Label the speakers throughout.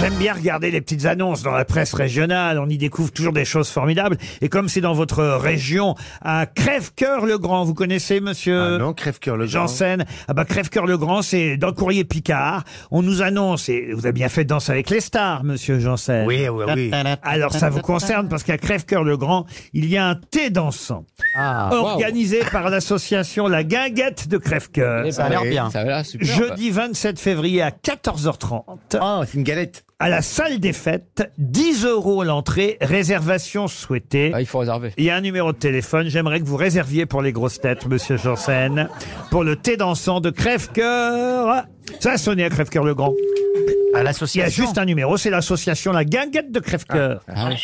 Speaker 1: J'aime bien regarder les petites annonces dans la presse régionale. On y découvre toujours des choses formidables. Et comme c'est dans votre région, à Crève-Cœur-le-Grand, vous connaissez, monsieur
Speaker 2: Ah non, Crève-Cœur le Grand.
Speaker 1: Janssen. Ah bah Crève-Cœur le Grand, c'est dans le courrier Picard. On nous annonce, et vous avez bien fait danser avec les stars, monsieur Janssen.
Speaker 2: Oui, oui,
Speaker 3: Ah
Speaker 2: oui.
Speaker 1: Alors ça vous concerne parce qu'à Crève-Cœur le Grand, il y a un thé dansant
Speaker 3: Ah.
Speaker 2: Ah,
Speaker 1: organisé par l'association La Guinguette de
Speaker 2: Eh
Speaker 1: Crève-Cœur.
Speaker 2: ben,
Speaker 3: Ça a l'air bien.
Speaker 4: Ça va, super.
Speaker 1: Jeudi 27 février à 14h30
Speaker 2: Ah, c'est une galette.
Speaker 1: à la salle des fêtes, 10 euros l'entrée, réservation souhaitée.
Speaker 4: Ah, il faut réserver.
Speaker 1: Il y a un numéro de téléphone. J'aimerais que vous réserviez pour les grosses têtes, monsieur Janssen, pour le thé dansant de Crève-Cœur. Ça a sonné à Crève-Cœur le Grand.
Speaker 2: À
Speaker 1: Il y a
Speaker 2: l'association. Ah.
Speaker 1: juste un numéro, c'est l'association La Guinguette de Crève-Cœur.
Speaker 5: Allô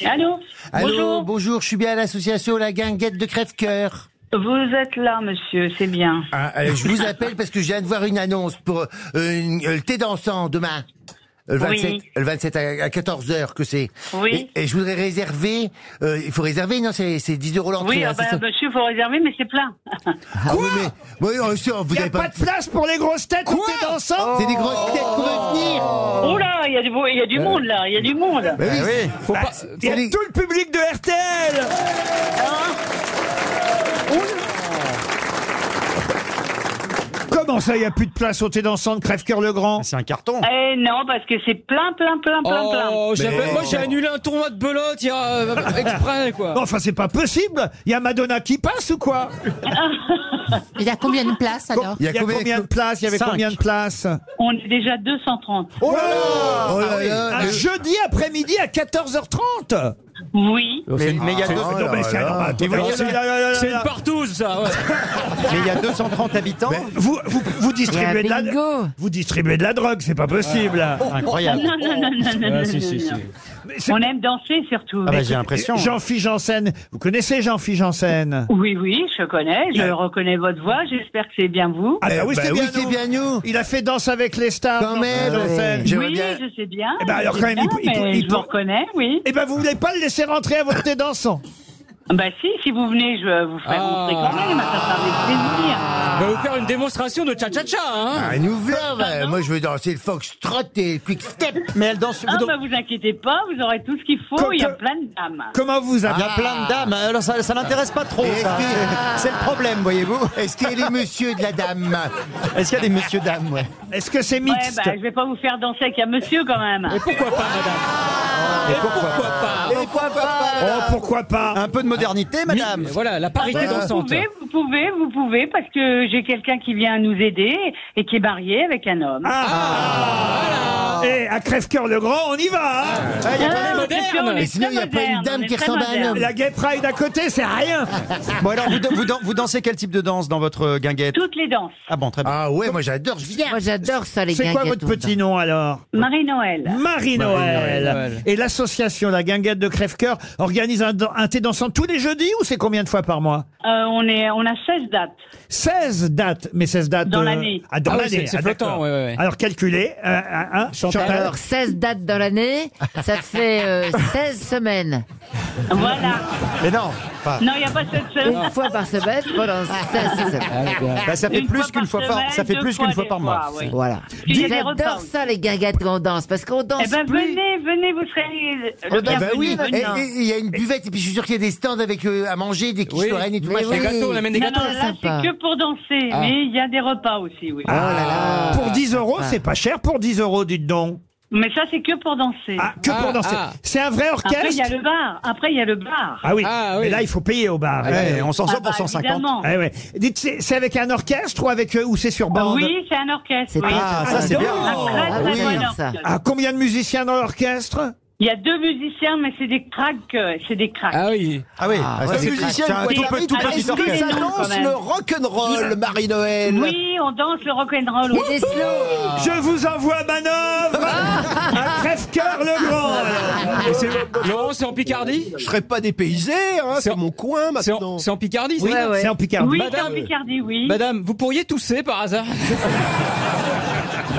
Speaker 2: Allô,
Speaker 5: Bonjour.
Speaker 2: bonjour, je suis bien à l'association La Guinguette de Crève-Cœur.
Speaker 5: Vous êtes là, monsieur, c'est bien.
Speaker 2: Ah, euh, je vous appelle parce que je viens de voir une annonce pour euh, une- euh, le thé dansant demain. Euh, Le
Speaker 5: Oui.
Speaker 2: 27, le 27 à, 14h que c'est.
Speaker 5: Oui.
Speaker 2: Et, et je voudrais réserver, euh, il faut réserver, non, c'est c'est 10 euros l'entrée.
Speaker 5: Oui,
Speaker 2: hein,
Speaker 5: ah bah,
Speaker 2: c'est ça
Speaker 5: monsieur, il faut réserver, mais c'est plein.
Speaker 2: Ah oui, mais, oui, oh, sûr, vous
Speaker 1: Il n'y a
Speaker 2: avez
Speaker 1: pas
Speaker 2: pas...
Speaker 1: de place pour les grosses têtes ou thé dansant
Speaker 2: C'est des grosses têtes pour venir
Speaker 5: Oh là, il y a du, il y a du monde là, il y a du monde.
Speaker 2: Bah oui, c'est-
Speaker 4: Faut pas-
Speaker 1: Il y a
Speaker 2: c'est des-
Speaker 1: tout le public de RTL Hein Comment ça, il n'y a plus de place au thé dansant de Crève-Cœur le Grand
Speaker 3: C'est un carton.
Speaker 5: Eh non, parce que c'est plein, plein, plein, plein, plein.
Speaker 4: Oh, j'avais- moi j'ai annulé un tournoi de belote il y a, euh, exprès
Speaker 1: Non,
Speaker 4: quoi.
Speaker 1: Enfin, c'est pas possible Il y a Madonna qui passe ou quoi
Speaker 6: Il y a combien de places alors
Speaker 1: Il y a combien de places Il y avait
Speaker 3: Cinq.
Speaker 1: combien de places
Speaker 5: On est déjà 230.
Speaker 1: Oh là là
Speaker 2: Oh là
Speaker 1: Ah oui,
Speaker 2: là,
Speaker 1: Un
Speaker 2: le-
Speaker 1: jeudi après-midi à 14h30
Speaker 5: Oui.
Speaker 3: Mais mais il y a deux-
Speaker 2: Oh
Speaker 1: Non
Speaker 2: là
Speaker 1: mais c'est...
Speaker 2: là.
Speaker 1: non, mais attendez,
Speaker 3: Mais voyez,
Speaker 1: alors, c'est- là, là, là, là,
Speaker 4: C'est une
Speaker 1: là.
Speaker 4: partouze ça. ouais.
Speaker 3: mais il y a 230 habitants.
Speaker 1: Vous, vous, vous distribuez de la...
Speaker 6: bingo.
Speaker 1: Vous distribuez de la drogue, c'est pas possible là.
Speaker 3: Incroyable.
Speaker 5: Non, non, non, non, non,
Speaker 4: Ah,
Speaker 5: non,
Speaker 4: si,
Speaker 5: non,
Speaker 4: si, si.
Speaker 5: non.
Speaker 1: Mais c'est-
Speaker 5: On aime danser surtout.
Speaker 3: Ah bah, j'ai l'impression.
Speaker 1: Jean-Philippe Janssen, vous connaissez Jean-Philippe Janssen
Speaker 5: Oui, oui, je connais, je
Speaker 1: Euh.
Speaker 5: reconnais votre voix, j'espère que c'est bien vous.
Speaker 1: Ah bah oui,
Speaker 2: Bah
Speaker 1: c'est
Speaker 2: oui,
Speaker 1: bien,
Speaker 2: c'est
Speaker 1: nous.
Speaker 2: bien nous
Speaker 1: Il a fait Danse avec les stars.
Speaker 2: Quand même.
Speaker 1: Jean-Philippe Janssen.
Speaker 2: J'aimerais
Speaker 5: oui,
Speaker 2: bien-
Speaker 5: je sais bien.
Speaker 1: Eh ben, alors,
Speaker 5: je
Speaker 1: quand
Speaker 5: sais
Speaker 1: même, il
Speaker 5: bien,
Speaker 1: faut- il faut- il
Speaker 5: mais je
Speaker 1: faut-
Speaker 5: vous reconnais, oui.
Speaker 1: Eh ben vous voulez pas le laisser rentrer à votre thé dansant
Speaker 5: Bah si, si vous venez, je vous ferai
Speaker 4: Ah.
Speaker 5: rentrer quand même, ça sera avec plaisir.
Speaker 4: On va vous faire une démonstration de cha-cha-cha. Hein.
Speaker 2: Ah, nous voilà, bah, moi je veux danser le foxtrot et le quick step
Speaker 3: Mais elle danse.
Speaker 5: Ah
Speaker 3: vous
Speaker 5: bah
Speaker 3: dan-
Speaker 5: vous inquiétez pas, vous aurez tout ce qu'il
Speaker 1: Co-
Speaker 5: faut, il y a
Speaker 1: co-
Speaker 5: plein de dames.
Speaker 1: Comment vous
Speaker 3: Il y
Speaker 1: appelez
Speaker 3: a plein de dames. Alors ça, ça l'intéresse pas trop.
Speaker 2: Et
Speaker 3: ça.
Speaker 2: puis-
Speaker 3: C'est- C'est le problème, voyez-vous.
Speaker 2: Est-ce qu'il y a les messieurs de la dame
Speaker 3: Est-ce qu'il y a des messieurs dames, ouais.
Speaker 1: Est-ce que c'est
Speaker 5: Ouais,
Speaker 1: mixte
Speaker 5: bah je vais pas vous faire danser avec un monsieur quand même.
Speaker 4: Et pourquoi pas madame Et pourquoi pas
Speaker 2: Et
Speaker 1: Oh pourquoi pas
Speaker 3: Un peu de modernité,
Speaker 4: Mais
Speaker 3: madame.
Speaker 4: Voilà, la parité
Speaker 2: Voilà.
Speaker 5: Vous
Speaker 4: dansante.
Speaker 5: pouvez, vous pouvez, vous pouvez, parce que j'ai quelqu'un qui vient nous aider et qui est marié avec un homme.
Speaker 1: Ah Et à Crève-Cœur le Grand, on y va hein
Speaker 3: Ah, il y a
Speaker 5: Ah,
Speaker 3: quand même-
Speaker 5: c'est
Speaker 4: moderne.
Speaker 5: sûr, on
Speaker 2: Mais
Speaker 5: est
Speaker 2: sinon,
Speaker 5: très
Speaker 2: il y a pas une
Speaker 5: moderne,
Speaker 2: dame
Speaker 5: on est
Speaker 2: qui
Speaker 5: très
Speaker 2: ressemble à un
Speaker 5: moderne.
Speaker 2: homme.
Speaker 1: La gay pride à côté, c'est rien
Speaker 3: Bon alors, vous, dan- vous, dan- vous dansez quel type de danse dans votre euh, guinguette
Speaker 5: Toutes les danses.
Speaker 3: Ah bon, très bien.
Speaker 2: Ah ouais, moi j'adore, je viens
Speaker 6: Moi j'adore ça les
Speaker 1: C'est quoi
Speaker 6: guinguettes,
Speaker 1: votre
Speaker 6: on
Speaker 1: petit nom alors
Speaker 5: Marie-Noël.
Speaker 1: Marie-Noël.
Speaker 4: Marie-Noël.
Speaker 1: Et l'association La Guinguette de Crève-Cœur organise un, dan- un thé dansant tous les jeudis ou c'est combien de fois par mois
Speaker 5: Euh, on, est, on a 16 dates.
Speaker 1: 16 dates, mais 16 dates...
Speaker 5: Dans l'année.
Speaker 1: Ah, dans
Speaker 4: Ah oui,
Speaker 1: l'année.
Speaker 4: c'est- c'est
Speaker 1: ah,
Speaker 4: flottant,
Speaker 1: d'accord.
Speaker 4: ouais, ouais, ouais.
Speaker 1: Alors calculez. euh, euh, hein,
Speaker 4: Chantal. Oh
Speaker 6: donne. Alors 16 dates dans l'année, ça fait euh, 16 semaines.
Speaker 5: Voilà.
Speaker 3: Ah. Mais non. pas-
Speaker 5: Non, il n'y a pas cette semaine.
Speaker 2: Ah.
Speaker 6: Une fois par semaine pendant
Speaker 5: Ah.
Speaker 6: 16 semaines.
Speaker 4: Ah,
Speaker 3: bah, ça fait plus qu'une fois
Speaker 5: semaine,
Speaker 3: par. Ça fait
Speaker 5: deux
Speaker 3: plus qu'une
Speaker 5: fois
Speaker 3: fois par
Speaker 5: des
Speaker 3: mois.
Speaker 5: fois, oui.
Speaker 6: Voilà.
Speaker 5: Il y a des repas
Speaker 6: J'adore
Speaker 5: aussi.
Speaker 6: ça les guinguettes quand on danse parce qu'on danse
Speaker 5: Eh ben,
Speaker 6: plus.
Speaker 5: venez, venez, vous serez.
Speaker 2: Eh ben oui,
Speaker 5: bienvenue,
Speaker 2: et-
Speaker 5: venant.
Speaker 2: et- et il y a une buvette, et puis je suis sûr qu'il y a des stands avec euh, à manger, des quiches
Speaker 4: Oui.
Speaker 2: lorraines et tout
Speaker 6: Mais
Speaker 2: machin. Ah,
Speaker 4: Des
Speaker 6: oui.
Speaker 4: gâteaux, on amène des
Speaker 5: Non,
Speaker 4: gâteaux.
Speaker 5: non, Ah, là,
Speaker 6: sympa.
Speaker 5: c'est que pour danser,
Speaker 4: Ah.
Speaker 5: mais il y a des repas aussi, oui.
Speaker 1: Ah, pour 10 euros,
Speaker 6: Ah.
Speaker 1: c'est pas cher pour 10 euros, dites donc.
Speaker 5: Mais ça, c'est que pour danser.
Speaker 1: Ah, que pour
Speaker 4: Ah,
Speaker 1: danser.
Speaker 4: ah.
Speaker 1: C'est un vrai orchestre.
Speaker 5: Après, il y a le bar. Après, il y a le bar.
Speaker 1: Ah oui.
Speaker 4: Ah, oui.
Speaker 1: Mais là, il faut payer au bar.
Speaker 3: Ouais, on s'en
Speaker 5: Ah
Speaker 3: sort
Speaker 5: bah,
Speaker 3: pour 150.
Speaker 5: évidemment.
Speaker 1: Eh ouais. Dites, c'est c'est avec un orchestre ou avec euh, ou c'est sur bande
Speaker 5: Oui, c'est un orchestre.
Speaker 6: C'est
Speaker 5: oui.
Speaker 3: Ah, ça c'est bien.
Speaker 5: Un très,
Speaker 6: Ah,
Speaker 5: très
Speaker 6: oui,
Speaker 5: bon
Speaker 6: alors ça.
Speaker 5: orchestre.
Speaker 1: Ah, combien de musiciens dans l'orchestre
Speaker 5: Il y a deux musiciens, mais c'est des cracks. euh, C'est des cracks.
Speaker 4: Ah oui.
Speaker 3: Ah oui,
Speaker 6: Ah,
Speaker 3: ah,
Speaker 6: ouais,
Speaker 3: c'est
Speaker 6: c'est
Speaker 3: musicien,
Speaker 6: crack.
Speaker 3: un tout, pe- tout
Speaker 5: Avec
Speaker 3: petit
Speaker 5: tous les
Speaker 3: orchestre.
Speaker 5: noms, quand même.
Speaker 2: rock'n'roll, Marie-Noël
Speaker 5: Oui, on danse le rock'n'roll.
Speaker 6: Et des slow.
Speaker 4: Ah.
Speaker 1: Je vous envoie manœuvre à Crève-Cœur le Grand. alors.
Speaker 4: Ah, Laurent, c'est en Picardie
Speaker 2: Je serais pas dépaysé, hein,
Speaker 4: C'est en-
Speaker 2: coin
Speaker 4: C'est en, c'est en Picardie ça
Speaker 1: Oui,
Speaker 6: Ouais, ouais.
Speaker 1: c'est en Picardie.
Speaker 5: Oui, c'est
Speaker 4: Madame-
Speaker 5: en Picardie, oui.
Speaker 4: Madame, vous pourriez tousser par hasard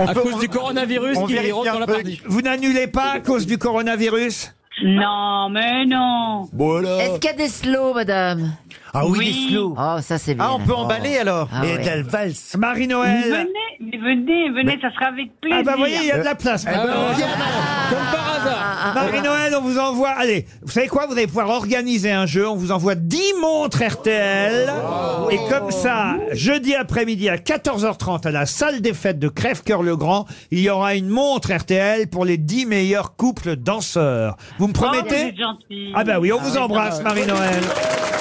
Speaker 4: À cause du coronavirus
Speaker 3: on
Speaker 4: qui
Speaker 3: vérifie
Speaker 4: rentre dans
Speaker 3: un
Speaker 4: la
Speaker 3: peu.
Speaker 4: partie.
Speaker 1: Vous n'annulez pas à cause du coronavirus
Speaker 5: Non, mais non. Oh.
Speaker 6: Eh Est-ce qu'il y a des slow, madame
Speaker 2: Ah oui,
Speaker 5: Oui.
Speaker 2: des slow.
Speaker 6: Oh, ça c'est bien.
Speaker 3: Ah, on peut emballer alors
Speaker 6: Ah
Speaker 2: et
Speaker 6: ouais.
Speaker 2: elle valse.
Speaker 1: Marie-Noël.
Speaker 5: Venez, mais venez, venez, ça sera avec plaisir.
Speaker 1: Ah bah voyez, il y a de la place.
Speaker 2: Eh ben,
Speaker 1: Marie-Noël.
Speaker 2: on vient, madame.
Speaker 4: Ah, Comme par hasard.
Speaker 1: Marie-Noël, on vous envoie. Allez, vous savez quoi Vous allez pouvoir organiser un jeu. On vous envoie 10 montres RTL.
Speaker 2: Oh.
Speaker 1: Et comme ça, jeudi après-midi à 14h30 à la salle des fêtes de Crèvecoeur-le-Grand, il y aura une montre RTL pour les 10 meilleurs couples danseurs. Vous me
Speaker 5: Oh, vous
Speaker 1: promettez bah
Speaker 5: êtes gentils.
Speaker 2: Ah
Speaker 1: Ah bah oui, on vous embrasse, Marie-Noël.